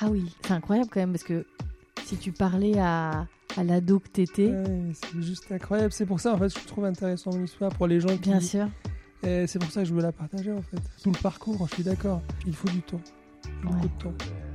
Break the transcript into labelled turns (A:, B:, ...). A: Ah oui, c'est incroyable quand même parce que si tu parlais à, à l'ado que t'étais,
B: Ouais, c'est juste incroyable. C'est pour ça, en fait, je trouve intéressant mon histoire pour les gens qui.
A: bien sûr.
B: Et c'est pour ça que je veux la partager, en fait. Tout le parcours, je suis d'accord. Il faut du temps. Il faut
A: Ouais.
B: beaucoup de temps.